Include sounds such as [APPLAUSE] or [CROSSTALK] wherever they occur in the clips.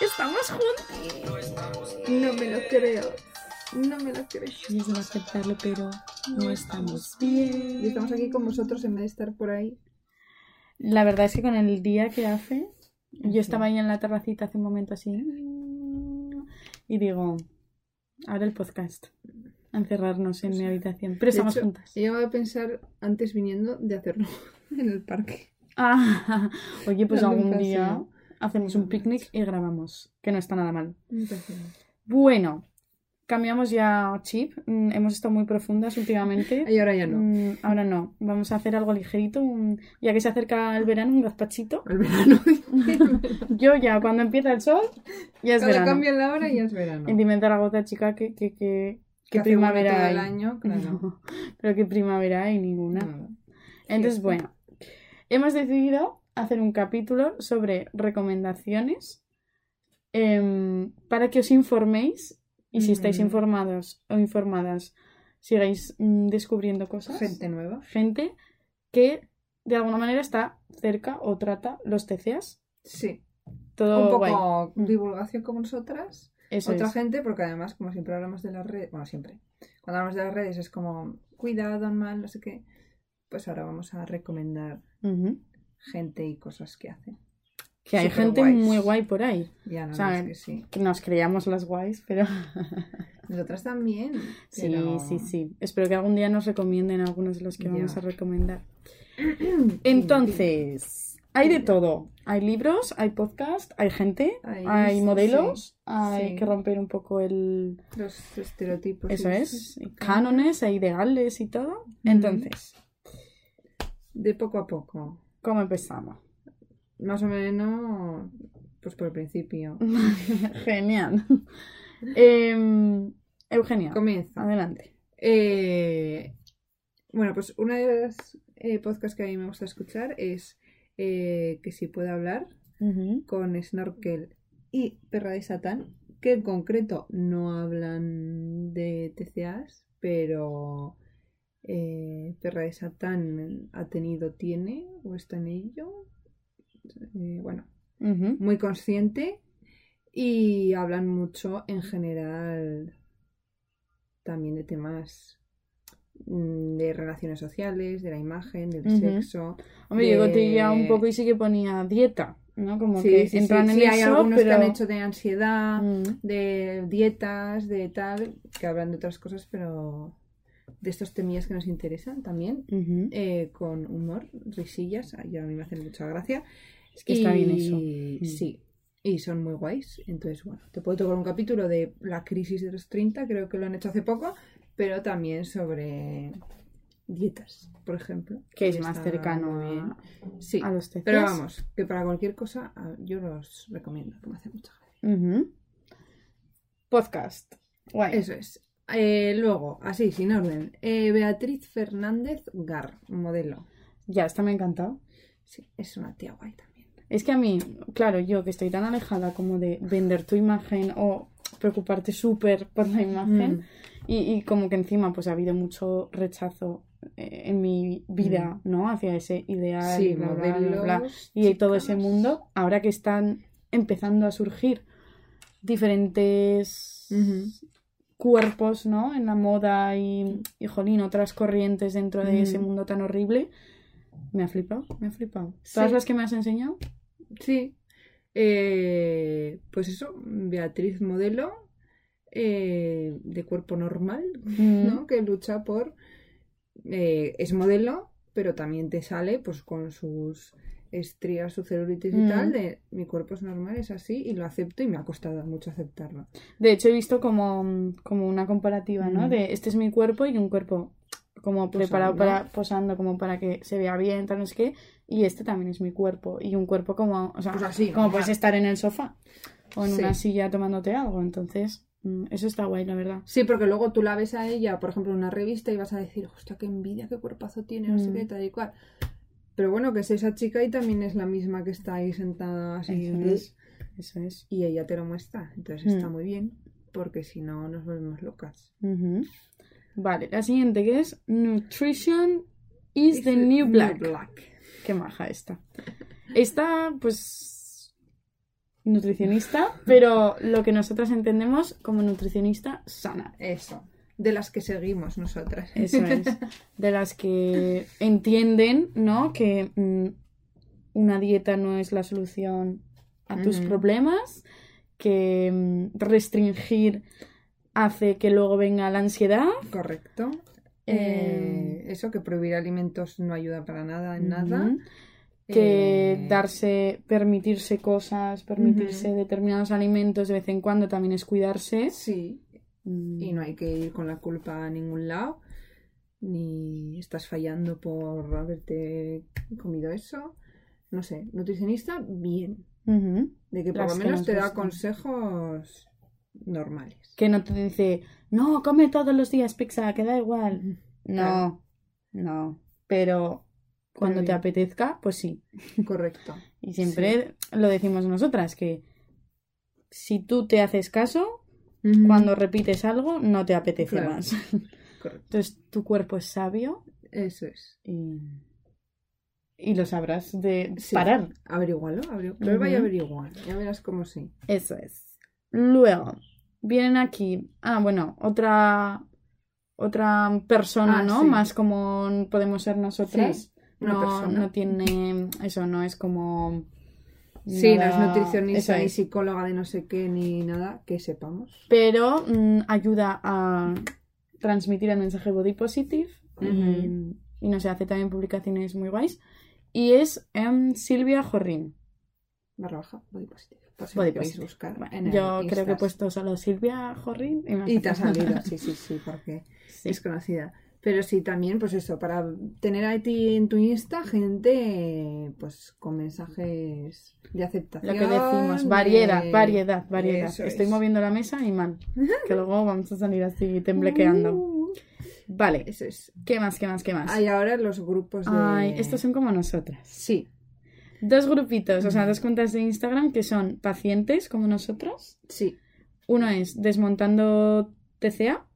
Estamos juntos. No me lo creo. No me lo creo. Tienes que aceptarlo, pero no estamos bien. Y estamos aquí con vosotros en vez de estar por ahí. La verdad es que con el día que hace, yo estaba ahí en la terracita hace un momento así. Y digo, ahora el podcast. A encerrarnos en mi habitación. Pero De estamos hecho, juntas. He llegado a pensar antes viniendo de hacerlo [LAUGHS] en el parque. Ah, [LAUGHS] oye, pues Hazme algún caso. día hacemos un picnic y grabamos, que no está nada mal. Hay Bueno, cambiamos ya chip. Mm, Hemos estado muy profundas últimamente. Y ahora ya no. Mm, Ahora no, vamos a hacer algo ligerito, un- ya que se acerca el verano, un gazpachito. Al [LAUGHS] verano. Yo ya, cuando empieza el sol, ya es Cuando verano. cambia la hora ya es verano. En Dime Zaragoza, chica, que, que, que, que Que hace primavera bonito hay. del año, claro. [LAUGHS] Mm, No, pero qué primavera hay ninguna. Nada. Entonces, Cierto. bueno, hemos decidido hacer un capítulo sobre recomendaciones em, para que os informéis y si estáis Mm. informados o informadas, sigáis mm, descubriendo cosas. Gente nueva. Gente que de alguna manera está cerca o trata los TCAs. Sí. Mm. Todo Un poco guay. divulgación como nosotras. Eso Otra es. gente, porque además, como siempre hablamos de las redes, bueno, siempre, cuando hablamos de las redes es como, cuidado, mal, no sé qué. Pues ahora vamos a recomendar Ujú. gente y cosas que hacen. Que hay gente Superguays. muy guay por ahí. Ya no Saben. es que sí. Que nos creíamos las guays, pero... Nosotras también. [LAUGHS] Sí, pero- sí, sí. Espero que algún día nos recomienden algunos de los que Ya. vamos a recomendar. Entonces, hay de todo. Hay libros, hay podcast, hay gente, Hay- hay sí, modelos, sí. hay Sí. Pues que romper un poco el... Los estereotipos. y Eso los- es, cánones e ideales y todo. Entonces, De poco a poco. ¿cómo empezamos? [LAUGHS] Más o menos, pues por el Mm. principio. Genial. [LAUGHS] Em, Eugenia, Comienza. adelante. Eh, bueno, pues una de las eh, podcasts que a mí me gusta escuchar es eh, que si puedo hablar Ujú. con Snorkel y Perra de Satán, que en concreto no hablan de TCAs, pero eh, Perra de Satán ha tenido, tiene o está en ello. Eh, bueno, Ujú. muy consciente y hablan mucho en general también de temas mm, de relaciones sociales, de la imagen, del Ujú. sexo. Hombre, De- yo gotilla un poco y sí que ponía dieta, ¿no? Como Sí, que sí, sí, entran en sí, eso, hay algunos pero... que han hecho de ansiedad, Mm. de dietas, de tal, que hablan de otras cosas, pero de estos temillas que nos interesan también, Ujú. eh, con humor, risillas, yo a mí me hacen mucha gracia. Es que está bien eso. Y Mm. Sí. Y son muy guays. Entonces, bueno, te puedo tocar un capítulo de la crisis de los 30, creo que lo han hecho hace poco, pero también sobre dietas, por ejemplo. que es Y más Pues está cercano muy bien. a, Sí. a los TCs. Pero vamos, que para cualquier cosa a- yo los recomiendo, que me hace mucha gracia. Ujú. Podcast. Guay. Eso es. Eh, luego, así, sin orden. eh, Beatriz Fernández Gar, modelo. Ya, esta me ha encantado. Sí, es una tía guay también. Es que a mí, claro, yo que estoy tan alejada como de vender tu imagen o preocuparte súper por la Mm. imagen. Y, y como que encima pues ha habido mucho rechazo eh, en mi vida, ¿no? Hacia ese ideal y Mm. Sí, bla, bla, bla, modelos. bla. y todo ese chicas. mundo, ahora que están empezando a surgir diferentes Ujú. cuerpos, ¿no? En la moda y, y, jolín, otras corrientes dentro de Ujú. ese mundo tan horrible. Me ha flipado, me ha flipado. Todas Sí. las que me has enseñado, Sí. Eh, pues eso, Beatriz Modelo, eh, de cuerpo normal, ¿no? Que lucha por... eh, es modelo, pero también te sale pues con sus estrías, su celulitis y Mm. tal, de mi cuerpo es normal, es así, y lo acepto y me ha costado mucho aceptarlo. De hecho, he visto como, como una comparativa, ¿no? Ujú. De este es mi cuerpo y un cuerpo como preparado Posando. para posando, como para que se vea bien, tal, no sé qué. Y este también es mi cuerpo. Y un cuerpo como, o sea, Pues así, como normal. puedes estar en el sofá o en Sí. una silla tomándote algo. Entonces, mm, eso está guay, la verdad. Sí, porque luego tú la ves a ella, por ejemplo, en una revista y vas a decir, hostia, qué envidia, qué cuerpazo tiene, no sé Mm. qué, tal y cual. Pero bueno, que es esa chica y también es la misma que está ahí sentada así. Eso es. Eso es. Y ella te lo muestra. Entonces está Mm. muy bien, porque si no nos volvemos locas. Ujú. Vale, la siguiente que es Nutrition is Es the el new black. black. Qué maja esta. Esta, pues, nutricionista, pero lo que nosotras entendemos como nutricionista sana. Eso. De las que seguimos nosotras. Eso es. De las que entienden, ¿no? Que mm, una dieta no es la solución a tus Ujú. problemas, que mm, restringir hace que luego venga la ansiedad. Correcto. Eh, Eh, eso, que prohibir alimentos no ayuda para nada en nada. Ujú. que Eh, darse, permitirse cosas, permitirse determinados alimentos de vez en cuando también es cuidarse. Sí, Mm, y no hay que ir con la culpa a ningún lado. Ni estás fallando por haberte comido eso. No sé, nutricionista, bien. Ujú. De que por Las lo que menos nos te da gustan. consejos normales. Que no te dice, no, come todos los días pizza, que da igual. No, no. Pero cuando Pero te bien. apetezca, pues sí. Correcto. Y siempre lo decimos nosotras, que si tú te haces caso, cuando repites algo, no te apetece Claro. más. Correcto. Entonces tu cuerpo es sabio Eso es. y, y lo sabrás de Sí. parar. Averigualo, averigu- prueba y Ujú. averigua. Ya verás cómo sí. Eso es. Luego, vienen aquí. Ah, bueno, otra. Otra persona, Ah, ¿no? sí. Más como podemos ser nosotras. Sí, una no, persona. no tiene. Eso no es como. Sí, no es nada- eso nutricionista ni es. psicóloga de no sé qué ni nada, que sepamos. Pero mm, ayuda a transmitir el mensaje body positive. y- Ujú. Y, nos hace también publicaciones muy guays. Y es em, Silvia Jorrín. Barra baja, body positive. Por si Body lo queréis positive. buscar Bueno, en el yo creo que he Instas. puesto solo Silvia Jorrín. me Y [LAUGHS] te ha salido. salido, sí, sí, sí, porque Sí. es conocida. Pero sí, también, pues eso, para tener a ti en tu Insta gente, pues con mensajes de Lo aceptación. que decimos, de- variedad, variedad, variedad. Eso Estoy es. moviendo la mesa y mal, que luego vamos a salir [LAUGHS] así temblequeando. Uh, Vale, eso es. ¿qué más, qué más, qué más? Hay ahora los grupos de... Ay, estos son como nosotras. Sí, Dos grupitos, o sea, dos cuentas de Instagram que son pacientes como nosotros. sí, Uno es desmontando TCA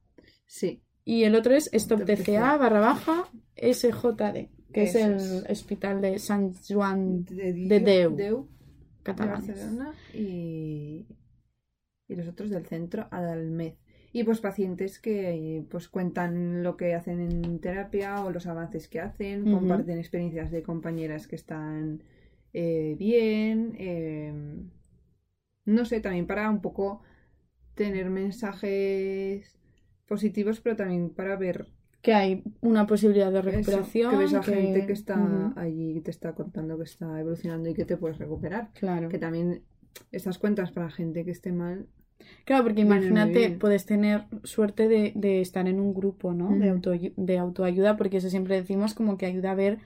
sí. y el otro es stop Stop TCA TCA. barra baja SJD, que es Eso el es. hospital de San Juan De Deu. Deu, de catalán. Barcelona y, y los otros del centro Adalmed. Y pues pacientes que pues cuentan lo que hacen en terapia o los avances que hacen, Ujú. comparten experiencias de compañeras que están eh, bien. eh, no sé, también para un poco tener mensajes positivos, pero también para ver Que hay una posibilidad de eso, recuperación. que ves a gente que está Ujú, allí, que te está contando que está evolucionando y que te puedes recuperar. Claro. Que también estas cuentas para gente que esté mal. Claro, porque Viene muy imagínate, bien. puedes tener suerte de, de estar en un grupo, ¿no? de, Ujú. autoayu- de autoayuda, porque eso siempre decimos como que ayuda a ver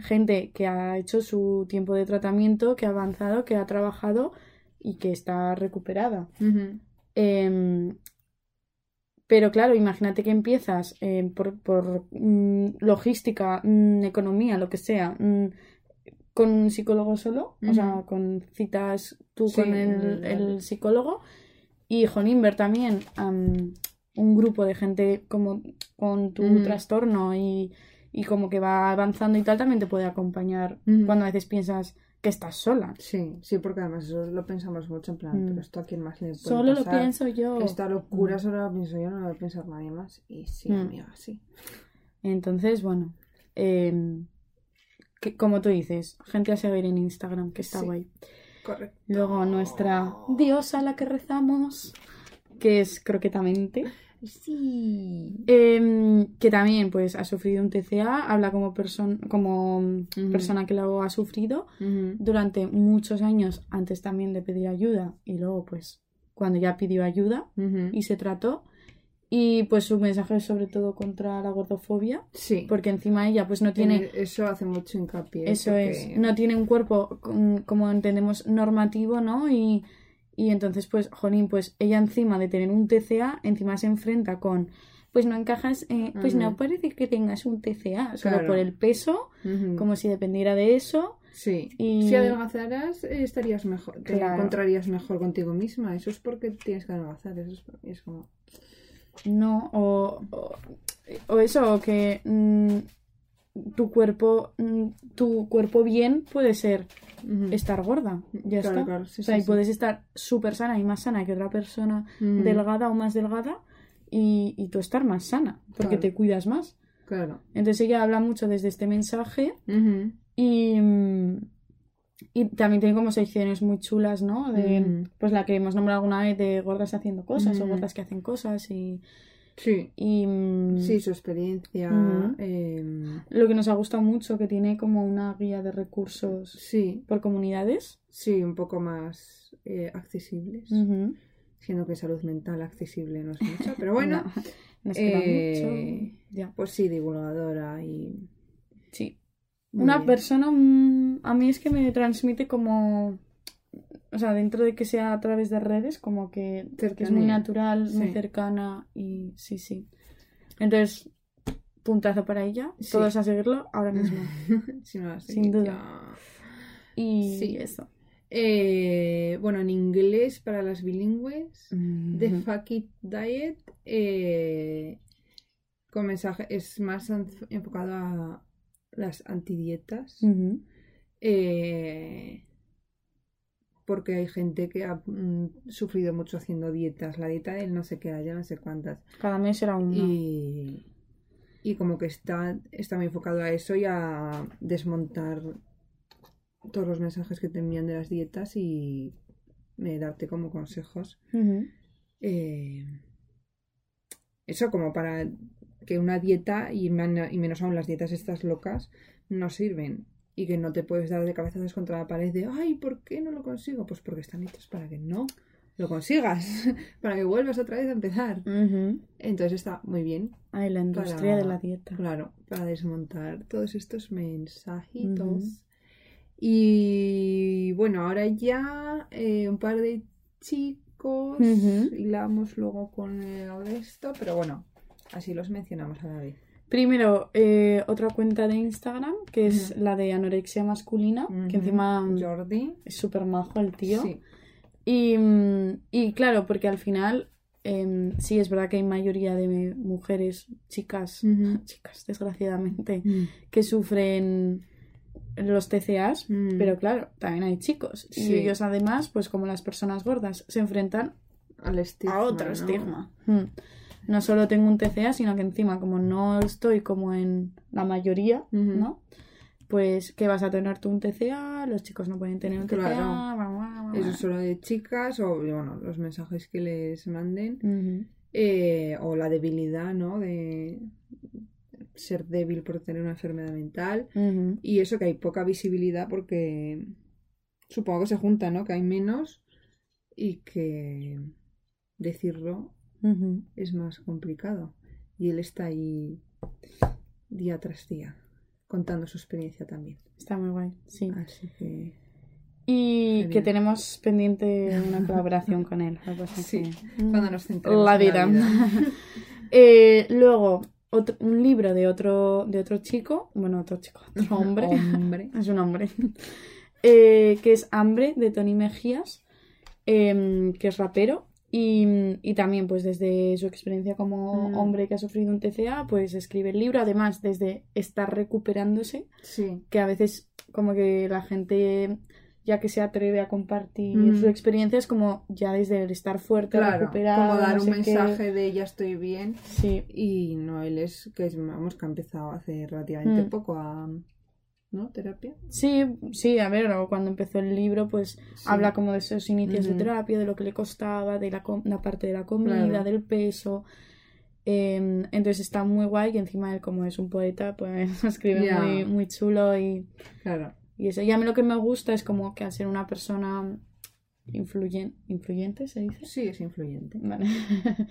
gente que ha hecho su tiempo de tratamiento, que ha avanzado, que ha trabajado y que está recuperada. Ujú. Em, pero claro, imagínate que empiezas em, por, por, mm, logística, mm, economía, lo que sea, mm, con un psicólogo solo, o sea, Ujú. con citas tú Sí, con el- el, el psicólogo y Jolín, ver también am, un grupo de gente como con tu Ujú. trastorno y, y como que va avanzando y tal, también te puede acompañar Ujú. cuando a veces piensas que estás sola. Sí, sí, porque además eso lo pensamos mucho en plan, Mm. pero esto a quién más le puede Solo lo pasar? pienso yo. Esta locura solo la pienso yo, no la va a pensar nadie más. Y sí, Mm. amiga, sí. Entonces, bueno, em, que- como tú dices, gente a seguir en Instagram, que está Sí. guay. Correcto. Luego nuestra diosa a la que rezamos, que es croquetamente, Sí. em, que también pues ha sufrido un TCA, habla como, perso- como mm, Ujú. persona que lo ha sufrido Ujú. durante muchos años antes también de pedir ayuda y luego pues cuando ya pidió ayuda Ujú. y se trató y pues su mensaje es sobre todo contra la gordofobia Sí. Eh, porque encima ella pues no tiene Eso hace mucho hincapié. Eso es, porque- no tiene un cuerpo con- como entendemos normativo, ¿no? Y, y entonces, pues, Jolín, pues ella encima de tener un TCA, encima se enfrenta con, pues no encajas, eh, pues no Ujú. parece que tengas un TCA, solo Claro. por el peso, Ujú. como si dependiera de eso. Sí. Y- Si adelgazaras, eh, estarías mejor. Te Claro. encontrarías mejor contigo misma. Eso es porque tienes que adelgazar. Eso es, es como. No, o, o, o eso, o que mm, tu cuerpo, mm, tu cuerpo bien puede ser estar gorda, ya Mm. Claro, está. claro, sí, o sea, sí, y sí. puedes estar súper sana y más sana que otra persona Mm. delgada o más delgada y, y tú estar más sana, porque Claro. te cuidas más. Mm, Claro. Entonces ella habla mucho desde este mensaje Ujú. y, mm, y también tiene como secciones muy chulas, ¿no? De, Mm. Pues la que hemos nombrado alguna vez de gordas haciendo cosas o Mm. gordas que hacen cosas y... Sí. y, mm, Sí, su experiencia. Ujú. em, Lo que nos ha gustado mucho, que tiene como una guía de recursos sí, por comunidades. sí, un poco más eh, accesibles. Ujú. Siendo que salud mental accesible no es mucha, pero bueno, [LAUGHS] No, nos queda eh, mucho. Ya. pues sí, divulgadora y. Sí. muy Una bien. persona, mm, a mí es que me transmite como, o sea, dentro de que sea a través de redes, como que, que es muy Cercanía. natural, muy Sí. cercana y sí, sí. Entonces, puntazo para ella, Sí. todos a seguirlo ahora [LAUGHS] mismo. Si no la sé, Sin duda. ya. Y Sí. eso. Eh, bueno, en inglés para las bilingües. The Fuck It Diet eh, con mensaje es más enf- enfocado a las antidietas Ujú. eh, porque hay gente que ha mm, sufrido mucho haciendo dietas la dieta del no sé qué haya no sé cuántas Cada mes era una. y, y como que está está muy enfocado a eso y a desmontar todos los mensajes que te envían de las dietas y eh, darte como consejos Ujú. eh, eso como para que una dieta y, man- y menos aún las dietas estas locas no sirven y que no te puedes dar de cabezazos contra la pared de ay ¿por qué no lo consigo? pues porque están hechas para que no lo consigas [LAUGHS] para que vuelvas otra vez a empezar Ujú. entonces está muy bien Ay, la industria Para- de la dieta. claro para desmontar todos estos mensajitos y bueno ahora ya eh, un par de chicos Ujú. hilamos luego con el resto pero bueno así los mencionamos a la vez Primero, eh, otra cuenta de Instagram, que es la de anorexia masculina, Ujú. que encima mm, Jordi es súper majo el tío. sí Y, mm, y claro, porque al final, em, sí, es verdad que hay mayoría de mujeres, chicas, Ujú. chicas, desgraciadamente, que sufren los TCAs, Mm. pero claro, también hay chicos. Y Sí. ellos además, pues como las personas gordas, se enfrentan al estigma a otro ¿no? estigma. Mm. No solo tengo un TCA, sino que encima, como no estoy como en la mayoría, Ujú. ¿no? Pues que vas a tener tú un TCA, los chicos no pueden tener un TCA. Claro. bla, bla, bla, eso bla. es solo de chicas o bueno los mensajes que les manden Ujú. Eh, o la debilidad no de ser débil por tener una enfermedad mental Ujú. Y eso que hay poca visibilidad porque supongo que se junta, ¿no? Que hay menos y que decirlo Ujú. es más complicado. Y él está ahí día tras día contando su experiencia también. Está muy guay, sí. Así que Y Ah, Genial. que tenemos pendiente una colaboración con él. algo así Sí, que- cuando Mm. nos centremos La en vida. Eh, luego, otro- un libro de otro, de otro chico, bueno, otro chico, [LAUGHS] otro [LAUGHS] hombre. Hombre. Es un hombre. [LAUGHS] Eh, que es Hambre de Tony Mejías, em, que es rapero. Y, y también, pues desde su experiencia como Mm. hombre que ha sufrido un TCA, pues escribe el libro. Además, desde estar recuperándose, Sí. que a veces como que la gente, ya que se atreve a compartir Mm. su experiencia, es como ya desde el estar fuerte, Claro, recuperado, como dar no un sé qué. mensaje de ya estoy bien. Sí, Y no, él es que es, vamos, que ha empezado hace relativamente Mm. poco a... ¿No? ¿Terapia? Sí, sí, a ver, o cuando empezó el libro, pues Sí. habla como de esos inicios Ujú. de terapia, de lo que le costaba, de la, com- la parte de la comida, Claro. del peso. Em, entonces está muy guay y encima él, como es un poeta, pues [LAUGHS] escribe Ya. muy, muy chulo y, Claro. y eso. Y a mí lo que me gusta es como que al ser una persona influyen- influyente, ¿se dice? Sí, es influyente. Vale.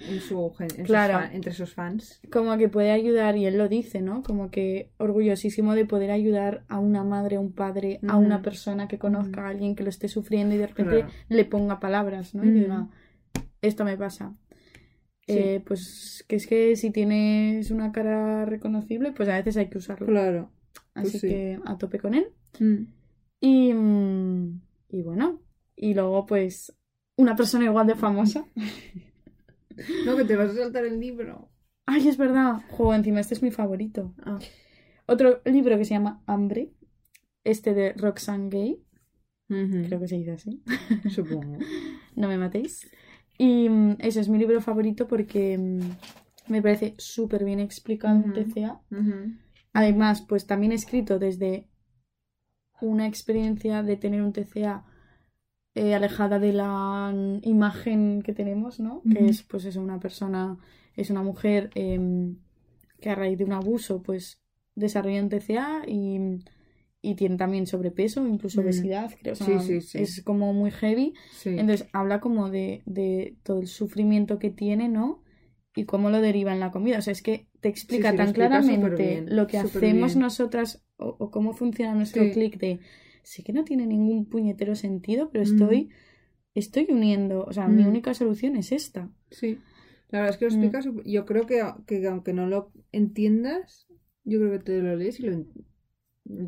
En su, gen- en sus Mm. Claro. fan- entre sus fans. [LAUGHS] como que puede ayudar, y él lo dice, ¿no? Como que orgullosísimo de poder ayudar a una madre, a un padre, a Ujú. una persona que conozca a alguien que lo esté sufriendo y de repente Mm. Claro. le ponga palabras, ¿no? Y Ujú. diga, esto me pasa. Sí. Eh, pues que es que si tienes una cara reconocible, pues a veces hay que usarlo. Claro. pues Así sí. que a tope con él. Mm. Y, mm, y bueno, y luego pues una persona igual de famosa. No, que te vas a saltar el libro. Ay, es verdad. Juego, encima este es mi favorito. Ah, Otro libro que se llama Hambre, este de Roxane Gay, Ujú. creo que se dice así, Supongo. no me matéis. Y mm, eso es mi libro favorito porque mm, me parece súper bien explicado en Ujú. TCA. Ujú. Además, pues también he escrito desde una experiencia de tener un TCA eh, alejada de la mm, imagen que tenemos, ¿no? Que Ujú. es, pues es una persona, es una mujer em, que a raíz de un abuso, pues desarrolla un TCA y, y tiene también sobrepeso, incluso Mm. obesidad, creo. O sea, Sí, sí, sí. Es como muy heavy. Sí. Entonces habla como de, de todo el sufrimiento que tiene, ¿no? Y cómo lo deriva en la comida. O sea, es que te explica sí, lo tan explica claramente superbién, lo que superbién. hacemos nosotras o, o cómo funciona nuestro Sí. clic de, sí que no tiene ningún puñetero sentido, pero Mm. estoy, estoy uniendo, o sea, mi Mm. única solución es esta. Sí, la verdad es que lo Mm. explica. sup- Yo creo que, que aunque no lo entiendas, yo creo que te lo lees y lo en-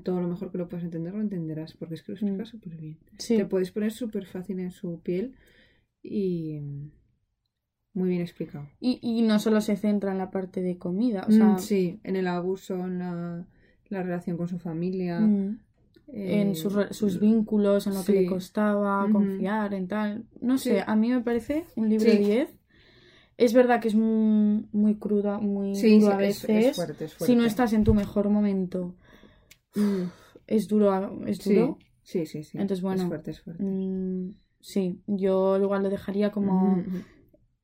todo lo mejor que lo puedas entender lo entenderás, porque es que lo explica Mm. súper bien. Sí, Te puedes poner súper fácil en su piel y muy bien explicado. y, y no solo se centra en la parte de comida, o Mm, sea, sí, en el abuso, en la, la relación con su familia, mm, en eh, sus, re- sus vínculos, en lo que sí. le costaba Ujú. confiar, en tal. No Sí. sé, a mí me parece un libro Sí. 10. Es verdad que es muy, muy cruda, muy Sí, duro a es- es veces. fuerte, es Si no fuerte. estás en tu mejor momento, Mm, es duro, a- es sí, duro. sí, sí, sí. Entonces, bueno, Es fuerte, es fuerte. Mm, sí, yo igual lo dejaría como Ujú, ujú.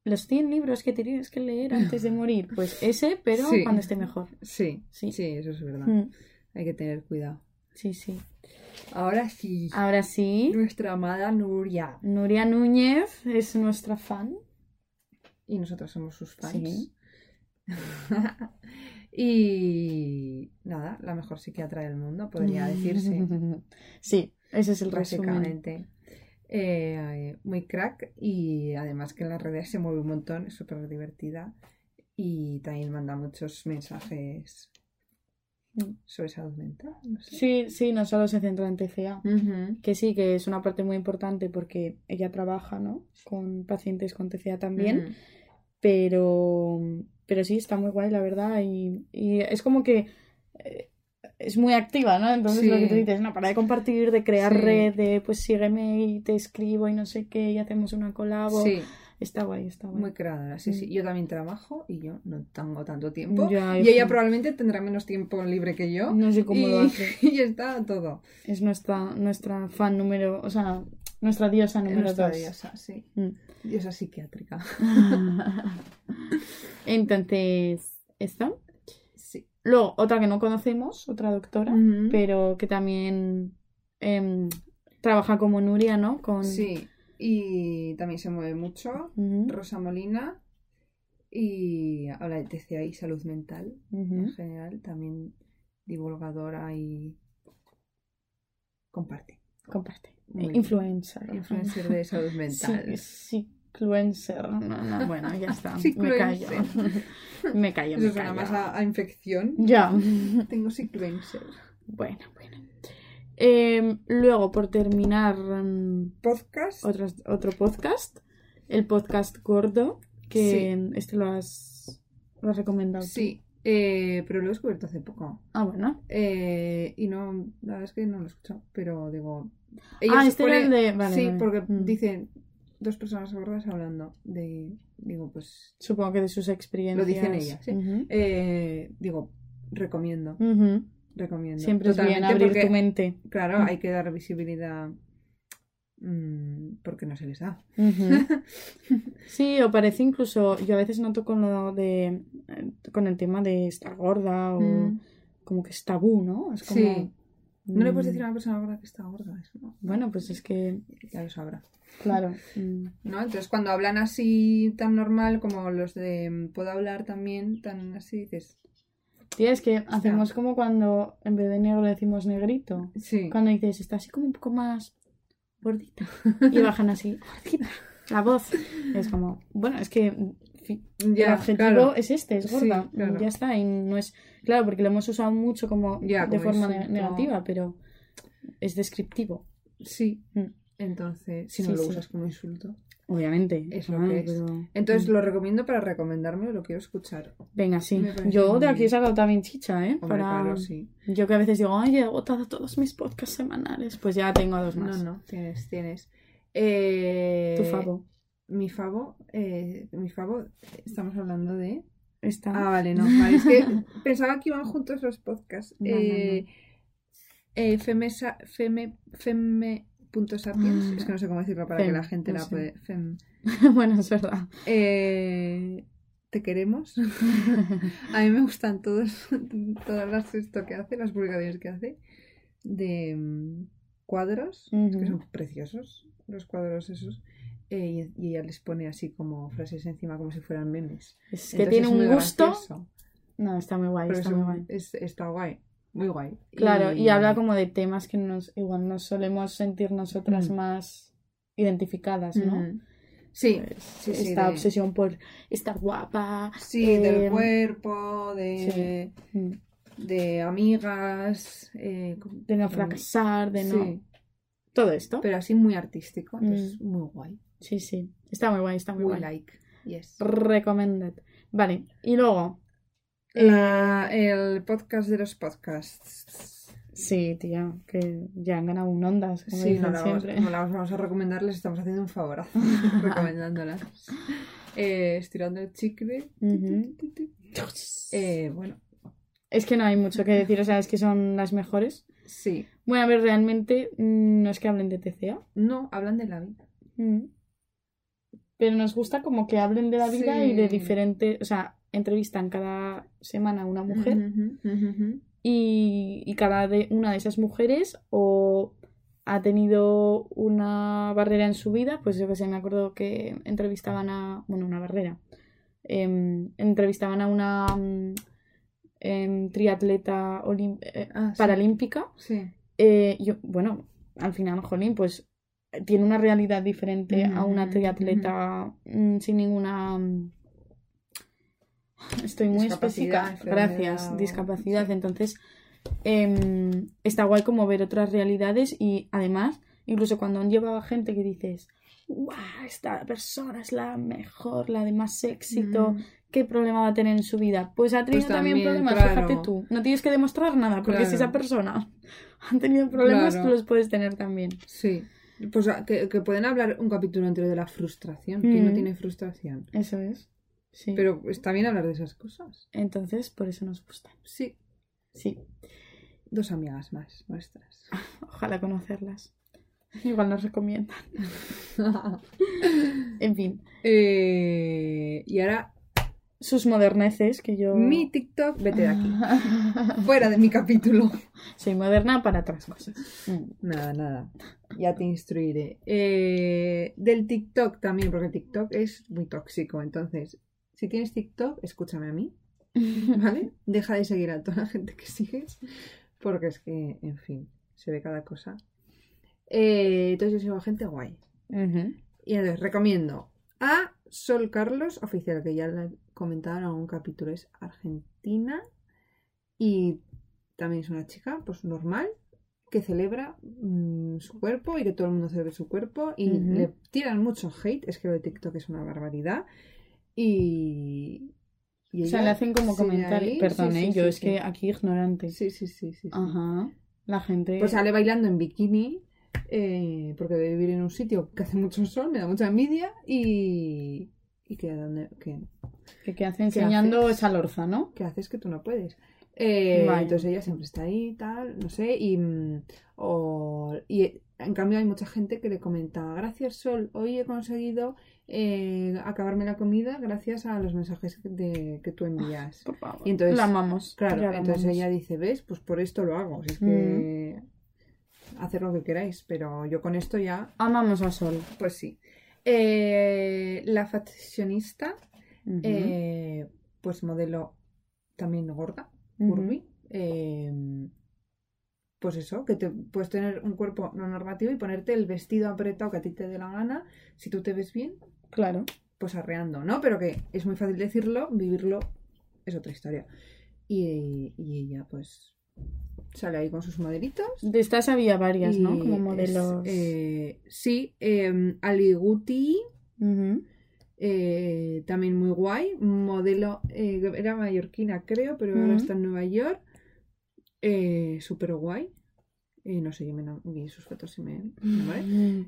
los 100 libros que tenías que leer antes de [LAUGHS] morir. Pues ese, pero Sí. cuando esté mejor. Sí, Sí. sí, eso es verdad. Mm, Hay que tener cuidado. Sí, sí. Ahora sí, Ahora sí, nuestra amada Nuria. Nuria Núñez es nuestra fan. Y nosotras somos sus fans. Sí. [LAUGHS] y nada, la mejor psiquiatra del mundo, podría decirse, [LAUGHS] Sí, ese es Mm. el resumen. básicamente. Eh, muy crack y además que en las redes se mueve un montón, es súper divertida y también manda muchos mensajes sobre salud mental. No sé. Sí, sí, no solo se centra en TCA. Ujú. Que sí, que es una parte muy importante porque ella trabaja, ¿no? Con pacientes con TCA también. Ujú. Pero, pero sí, está muy guay, la verdad. Y, y es como que eh, es muy activa, ¿no? Entonces lo que tú Sí. dices, no, para de compartir, de crear Sí. red, de pues sígueme y te escribo y no sé qué, y hacemos una colabo. Sí. Está guay, está guay. Muy creadora, sí, sí. Yo también trabajo y yo no tengo tanto tiempo. Mm. Ya, y ella hijo. probablemente tendrá menos tiempo libre que yo. No sé cómo y, lo hace. [LAUGHS] y está todo. Es nuestra, nuestra fan número, o sea, nuestra diosa Es número nuestra dos. diosa, sí. Mm. Diosa psiquiátrica. [LAUGHS] [LAUGHS] Entonces, esto. Sí. Luego, otra que no conocemos, otra doctora, Ujú. pero que también em, trabaja como Nuria, ¿no? Con... Sí. Y también se mueve mucho. Ujú, Rosa Molina. Y habla de TCA y salud mental en ujú. general. También divulgadora y comparte. Comparte. Muy bien. Influencer. Influencer de [LAUGHS] salud mental. Sí, influencer. No, no, bueno, ya está. me callo. Cicluencer. [LAUGHS] me callo, Eso me suena callo. más a, a infección. Ya. [LAUGHS] Tengo cicluencer. Bueno, bueno. Em, luego, por terminar, em, Podcast. otras- otro podcast, el podcast gordo, que este lo has, lo has recomendado. tú. Sí, eh, pero lo he descubierto hace poco. Ah, bueno. Eh, y no, la verdad es que no lo he escuchado, pero digo. ah, se este era el pone- de... Vale, sí, vale. porque Mm. dicen dos personas gordas hablando de. Digo, pues. Supongo que de sus experiencias. Lo dicen ellas, sí. Ujú. eh, digo, recomiendo, Ujú. recomiendo. Siempre es bien Totalmente, abrir porque, tu mente. Claro, Mm. hay que dar visibilidad mm, porque no se les da. Ujú. [LAUGHS] Sí, o parece incluso... Yo a veces noto con lo de... eh, Con el tema de estar gorda o... Mm. Como que es tabú, ¿no? Es como... Sí. No le puedes decir a mm, una persona gorda que está gorda, eso no. Bueno, pues es que... Ya lo sabrá. Claro. mm. ¿No? Entonces cuando hablan así tan normal como los de mm, puedo hablar también, tan así, dices, Tía, es que hacemos como cuando en vez de negro le decimos negrito. sí. Cuando dices, está así como un poco más [LAUGHS] gordita. Y bajan así, gordita, la voz. Es como, bueno, es que fi- el Ya, adjetivo claro. es este, es Sí, gorda. claro. Ya está, y no es. Claro, porque lo hemos usado mucho como Ya, de como forma ne- insulto. negativa, pero es descriptivo. Sí. Mm. Entonces, si Sí, no lo sí. usas como insulto. Obviamente. Ah, Es lo que es. pero- mm, Entonces lo recomiendo para recomendarme, lo quiero escuchar. Venga, sí. Me parece Yo muy de aquí he bien. sacado también chicha, ¿eh? Hombre, Para... claro, sí. Yo que a veces digo, ay, he agotado todos mis podcasts semanales. Pues ya tengo dos No, más. no, tienes, tienes. Eh, Tu favo. Mi favo, eh, mi favo, estamos hablando de... Está. Ah, vale, no, vale, es que [LAUGHS] pensaba que iban juntos los podcasts. No, no, Eh, eh, femesa, feme, feme punto sapiens. Mm. Es que no sé cómo decirlo para Fem, que la gente no la sé. puede... fem. [LAUGHS] bueno, es verdad. Eh, ¿Te [LAUGHS] queremos? A mí me gustan todos, todas las esto que hace, las publicaciones que hace, de mm, cuadros, es que Ujú. son preciosos los cuadros esos, eh, y, y ella les pone así como frases encima como si fueran memes. Es que Entonces tiene es un muy gusto. gracioso, No, está muy guay, pero está es muy un- guay. es- está guay, muy guay. Claro, y [LAUGHS] habla como de temas que nos igual nos solemos sentir nosotras Mm. más identificadas, ¿no? Ujú. Sí, Pues, sí, sí, esta de- obsesión por estar guapa. sí, em, del cuerpo, de, mm, de amigas, eh, De no Sí. fracasar, de no. Sí. Todo esto. pero así muy artístico, entonces Mm. muy guay. Sí, sí. Está muy guay, está muy We guay. like, yes. Recommended. Vale, y luego. La- el podcast de los podcasts. Sí, tía, que ya han ganado un Ondas, como Sí, no dicen la, vamos, siempre. no la vamos a recomendar, les estamos haciendo un favor [LAUGHS] recomendándolas. [LAUGHS] Eh, estirando el chicle. Ujú. Eh, bueno, Es que no hay mucho que decir, o sea, es que son las mejores. sí. Bueno, a ver, realmente mm, no es que hablen de TCA, No, hablan de la vida. Mm. Pero nos gusta como que hablen de la vida y de Sí. diferentes, o sea, entrevistan cada semana a una mujer Ujú, ujú, ujú. y, y cada de, una de esas mujeres o ha tenido una barrera en su vida, pues yo que sé, me acuerdo que entrevistaban a, bueno, una barrera, Em, entrevistaban a una mm, em, triatleta olim- eh, Ah, sí. paralímpica Sí. eh, yo, bueno, al final, Jolín, pues tiene una realidad diferente a una Ujú, triatleta mm, sin ninguna. mm, Estoy muy Discapacidad, específica. Gracias, enfermedad o- discapacidad. sí. Entonces, em, está guay como ver otras realidades y además, incluso cuando han llevado a gente que dices, ¡guau! Esta persona es la mejor, la de más éxito. Mm, ¿Qué problema va a tener en su vida? Pues ha tenido también, también, problemas, claro. fíjate tú. No tienes que demostrar nada, porque Claro. si esa persona [LAUGHS] ha tenido problemas, Claro. tú los puedes tener también. Sí. Pues ah, que, que pueden hablar un capítulo entero de la frustración. ¿Quién Mm. no tiene frustración? Eso es. Sí. Pero está bien hablar de esas cosas. Entonces, por eso nos gusta. Sí. Sí. Dos amigas más nuestras. [LAUGHS] Ojalá conocerlas. [LAUGHS] Igual nos recomiendan. En fin, Eh, y ahora, sus moderneces que yo. mi TikTok, vete de aquí. Fuera de mi capítulo. [LAUGHS] Soy moderna para otras cosas. Mm. [LAUGHS] Nada, nada. Ya te instruiré. Eh, del TikTok también, porque TikTok es muy tóxico. Entonces, si tienes TikTok, escúchame a mí, ¿vale? Deja de seguir a toda la gente que sigues, porque es que, en fin, se ve cada cosa. Eh, entonces, yo sigo a gente guay. Ujú. Y entonces recomiendo a Sol Carlos, oficial, que ya la he comentado en algún capítulo, es argentina y también es una chica, pues normal, que celebra mm, su cuerpo y que todo el mundo celebra su cuerpo y Ujú. le tiran mucho hate, es que lo de TikTok es una barbaridad y... y O sea, ella le hacen como sigue comentarios. ahí, Perdón, sí, ¿eh? sí, yo sí, es sí. que aquí ignorante. Sí, sí, sí, sí, sí. Ajá. La gente. Pues sale bailando en bikini, eh, porque debe vivir en un sitio que hace mucho sol, me da mucha envidia y... ¿Y qué, dónde- qué- que, que hace enseñando haces? esa lorza, ¿no? qué haces que tú no puedes? Eh, Vaya. entonces ella siempre está ahí, tal, no sé, y, mm, o- y eh, en cambio hay mucha gente que le comenta, gracias Sol, hoy he conseguido eh, acabarme la comida gracias a los mensajes de- que tú envías. Por favor. Y entonces- la amamos. Claro, ya la entonces amamos. ella dice, ¿ves? Pues por esto lo hago. Si es que hacer lo que queráis, pero yo con esto ya, Amamos a Sol. pues sí. Eh, la fashionista, Ujú. eh, pues modelo también gorda, Ujú. curvy. eh, pues eso, que te puedes tener un cuerpo no normativo y ponerte el vestido apretado que a ti te dé la gana. Si tú te ves bien, Claro. pues arreando, ¿no? Pero que es muy fácil decirlo, vivirlo es otra historia. Y, y ella, pues, sale ahí con sus modelitos. De estas había varias, ¿no? y eh, Como es, modelos. eh, sí, eh, em, Aliguti, Ujú. eh, también muy guay, un modelo, eh, era mallorquina creo, pero Ujú. ahora está en Nueva York, eh, súper guay, Eh, no sé, yo me enam- vi sus fotos y me enamoré.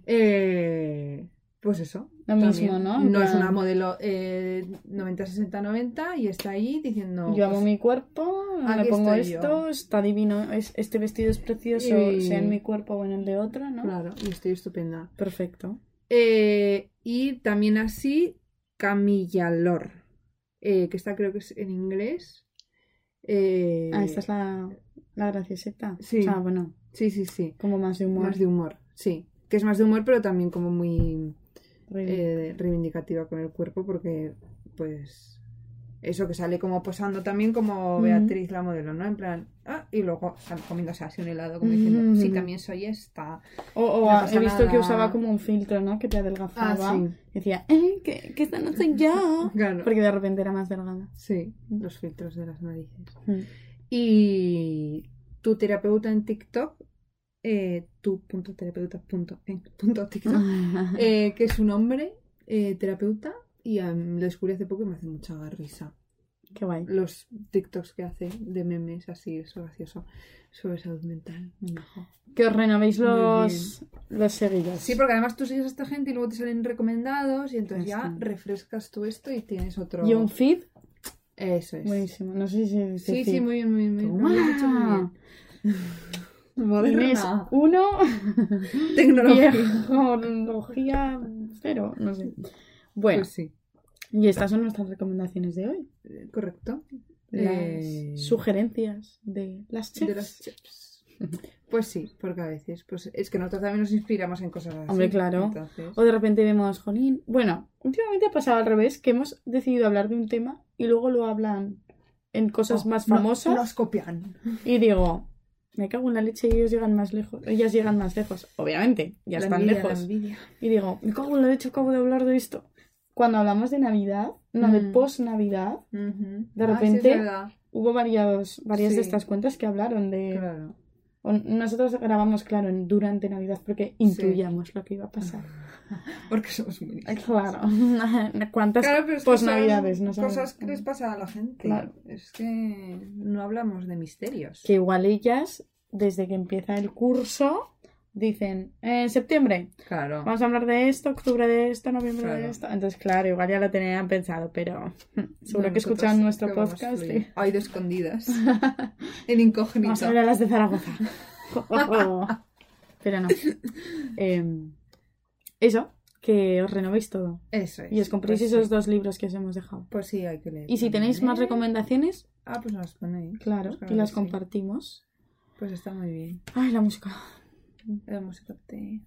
Eh, pues eso. Lo mismo, también. ¿no? En No es plan, una modelo eh, 90-60-90 y está ahí diciendo... Yo amo pues, mi cuerpo, me aquí pongo estoy yo. esto, está divino, es, este vestido es precioso, Y- sea en mi cuerpo o en el de otra, ¿no? Claro, y estoy estupenda. Perfecto. Eh, y también así Camilla Lor, eh, que esta creo que es en inglés. Eh, Ah, esta es la, la gracioseta. sí. O sea, bueno, Sí, sí, sí. como más de humor. Más de humor, sí. Que es más de humor, pero también como muy Re- eh, reivindicativa con el cuerpo, porque pues eso que sale como posando también como Ujú. Beatriz la modelo, ¿no? En plan, ah, y luego ah, comiéndose así un helado, como diciendo, Ujú. sí, también soy esta. O, o no ah, pasa he visto que nada. usaba como un filtro, ¿no? Que te Ah, adelgazaba. sí. Decía, eh, que, que esta no [LAUGHS] soy yo. Claro. Porque de repente era más delgada. Sí, los filtros de las narices. Mm. Y tu terapeuta en TikTok, eh, tu.terapeuta.en.tiktok, [LAUGHS] eh, que es un hombre eh, terapeuta, y em, lo descubrí hace poco y me hace mucha risa. Qué guay. Los TikToks que hace de memes así, eso gracioso, sobre salud mental. muy majo. Que os renovéis Muy los, los seguidos. Sí, porque además tú sigues a esta gente y luego te salen recomendados y entonces Ya ya está. refrescas tú esto y tienes otro... Y un feed, Eso es. buenísimo. No sé si dice Sí, sí, feed. muy bien, muy bien. Toma. Lo has dicho muy [LAUGHS] bien. [LAUGHS] Inés, Moderna. uno, Tecnología. tecnología cero, no sé. Bueno, Pues sí, y estas son nuestras recomendaciones de hoy. eh, correcto. Las Eh, sugerencias de las chefs. De las chips. Pues sí, porque a veces, pues es que nosotros también nos inspiramos en cosas así. Hombre, claro. Entonces, O de repente vemos, jolín. Bueno, últimamente ha pasado al revés, que hemos decidido hablar de un tema y luego lo hablan en cosas Oh, más no- famosas. nos copian. Y digo, me cago en la leche y ellos llegan más lejos. Ellas llegan más lejos, obviamente, ya La están envidia, la lejos. envidia. Y digo, me cago en la leche, acabo de hablar de esto. Cuando hablamos de Navidad, no de Mm. post-Navidad, Ujú. De Ah, sí, es repente- verdad. hubo varios, varias de Sí. estas cuentas que hablaron eh, de... Claro. o Nosotros grabamos, claro, en- durante Navidad porque intuíamos lo que iba a pasar. [LAUGHS] Porque somos muy Claro, [LAUGHS] ¿cuántas Claro, pero es que post-Navidades son no sabemos? Cosas que les pasa a la gente. Claro. Es que no hablamos de misterios. que igual ellas, desde que empieza el curso, dicen, "Eh, en septiembre, Claro. vamos a hablar de esto, octubre de esto, noviembre de Claro. esto. Entonces, claro, igual ya lo tenían pensado, pero [LAUGHS] seguro No, que escuchaban nosotros nuestro que vamos podcast. fluido. y- Ay, de [LAUGHS] escondidas. en incógnito. Vamos a ver a las de Zaragoza. [LAUGHS] pero no. Eh, eso, que os renovéis todo. Eso es. Y os compréis Pues esos sí. dos libros que os hemos dejado. Pues sí, hay que leer. Y si tenéis más recomendaciones recomendaciones, Ah, pues las ponéis. claro, Pues claro y las que sí. compartimos. Pues está muy bien. Ay, la música. Mm. La música te...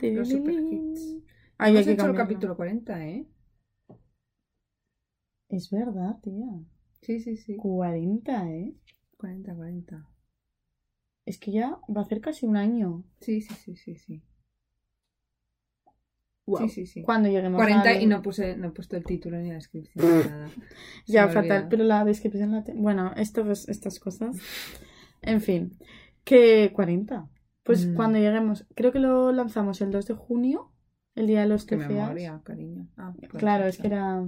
Los super hits. Ay, hay Hemos hecho que el cambiarlo. capítulo 40, ¿eh? Es verdad, tía. Sí, sí, sí. 40, ¿eh? 40, 40. Es que ya va a hacer casi un año. Sí, sí, sí, sí, sí. Guau. Sí, sí, sí. Cuando lleguemos 40 al- y no puse, no he puesto el título ni la descripción ni nada. Se Ya, me fatal, olvida. pero la descripción la te- Bueno, esto, pues, estas cosas. En fin, que 40. Pues Mm. cuando lleguemos, creo que lo lanzamos el 2 de junio, el día de los Qué TCA. memoria, cariño. Ah, Claro, es que era...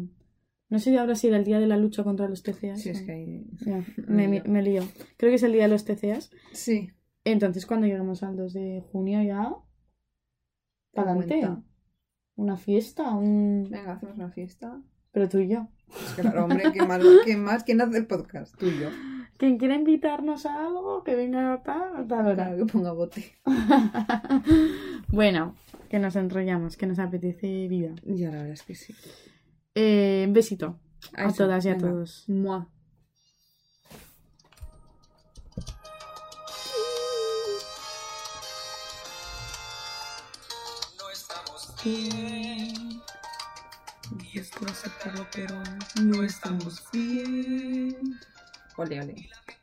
No sé si ahora sí era el día de la lucha contra los TCA. Sí, es que hay... [LAUGHS] me, lío. me lío. Creo que es el día de los TCAs. Sí. Entonces, cuando lleguemos al 2 de junio ya... Para adelante. cuenta. Una fiesta, un... Venga, hacemos una fiesta. Pero tú y yo. Pues claro, hombre, ¿quién más, ¿quién más? ¿Quién hace el podcast? Tú y yo. Quien quiera invitarnos a algo, que venga a tal, a tal hora. Claro, que ponga bote. [LAUGHS] bueno, que nos enrollamos, que nos apetece vida. Ya, la verdad es que sí. Eh, un besito a Eso, todas y a venga. todos. Mua. No estamos bien. Y es que no aceptarlo, pero no estamos bien. Ole, ole. Y la mente